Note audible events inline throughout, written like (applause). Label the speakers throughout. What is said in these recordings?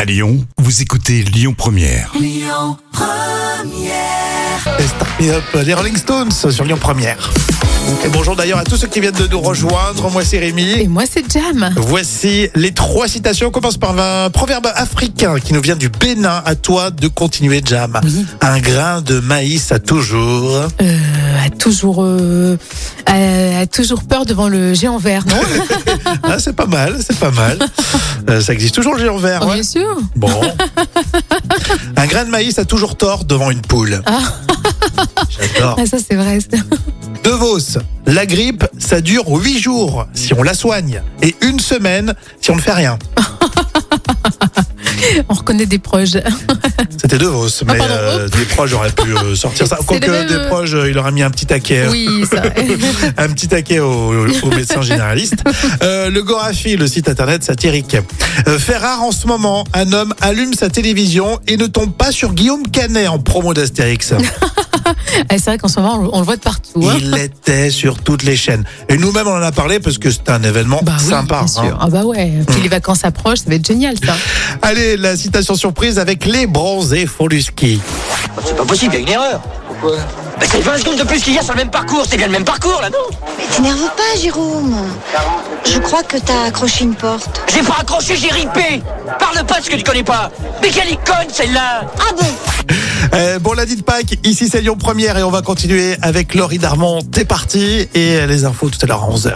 Speaker 1: À Lyon, vous écoutez Lyon Première.
Speaker 2: Let's Start Me Up, les Rolling Stones sur Lyon Première. Et bonjour d'ailleurs à tous ceux qui viennent de nous rejoindre. Moi c'est
Speaker 3: Et
Speaker 2: Rémi.
Speaker 3: moi, c'est Jam.
Speaker 2: Voici les trois citations. On commence par un proverbe africain qui nous vient du Bénin. À toi de continuer, Jam. Un grain de maïs a toujours.
Speaker 3: Euh, a toujours, euh, a, a toujours peur devant le géant vert, non
Speaker 2: Ah, c'est pas mal, c'est pas mal. Euh, ça existe toujours, le géant vert.
Speaker 3: Oh,
Speaker 2: ouais.
Speaker 3: Bien sûr.
Speaker 2: Bon. Un grain de maïs a toujours tort devant une poule. J'adore.
Speaker 3: Ah, ça, c'est vrai.
Speaker 2: De Vos, la grippe, ça dure huit jours si on la soigne et une semaine si on ne fait rien.
Speaker 3: On reconnaît des proches.
Speaker 2: C'était De Vos, mais
Speaker 3: Ah, pardon.
Speaker 2: euh, des proches auraient pu euh, sortir ça.
Speaker 3: C'est
Speaker 2: Quoique
Speaker 3: le même,
Speaker 2: des
Speaker 3: euh,
Speaker 2: proches, euh, il leur a mis un petit taquet. euh,
Speaker 3: (laughs) Oui, ça.
Speaker 2: (laughs) Un petit taquet au, au- au médecin généraliste. Euh, le Gorafi, le site internet satirique. Euh, fait rare en ce moment, un homme allume sa télévision et ne tombe pas sur Guillaume Canet en promo d'Astérix.
Speaker 3: Ah, c'est vrai qu'en ce moment, on le- on le voit de partout. hein.
Speaker 2: Il était sur toutes les chaînes. Et nous-mêmes, on en a parlé parce que c'est un événement
Speaker 3: Bah oui,
Speaker 2: sympa.
Speaker 3: bien
Speaker 2: hein.
Speaker 3: sûr. Ah bah ouais. Puis les vacances approchent, ça va être génial, ça.
Speaker 2: Allez, la citation surprise avec les bronzés font du ski.
Speaker 4: C'est pas possible, il y a une erreur. Pourquoi bah, C'est 20 secondes de plus qu'il y a sur le même parcours, c'est bien le même parcours là, non
Speaker 5: Mais t'énerve pas, Jérôme. Je crois que t'as accroché une porte.
Speaker 4: J'ai pas accroché, j'ai ripé Parle pas de ce que tu connais pas Mais quelle icône celle-là
Speaker 5: Ah bon
Speaker 2: Euh, bon lundi de Pâques, ici c'est Lyon Première et on va continuer avec Laurie Darmon. T'es parti et euh, les infos tout à l'heure à 11h.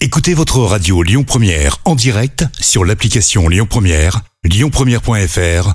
Speaker 1: Écoutez votre radio Lyon Première en direct sur l'application Lyon Première, lyonpremière.fr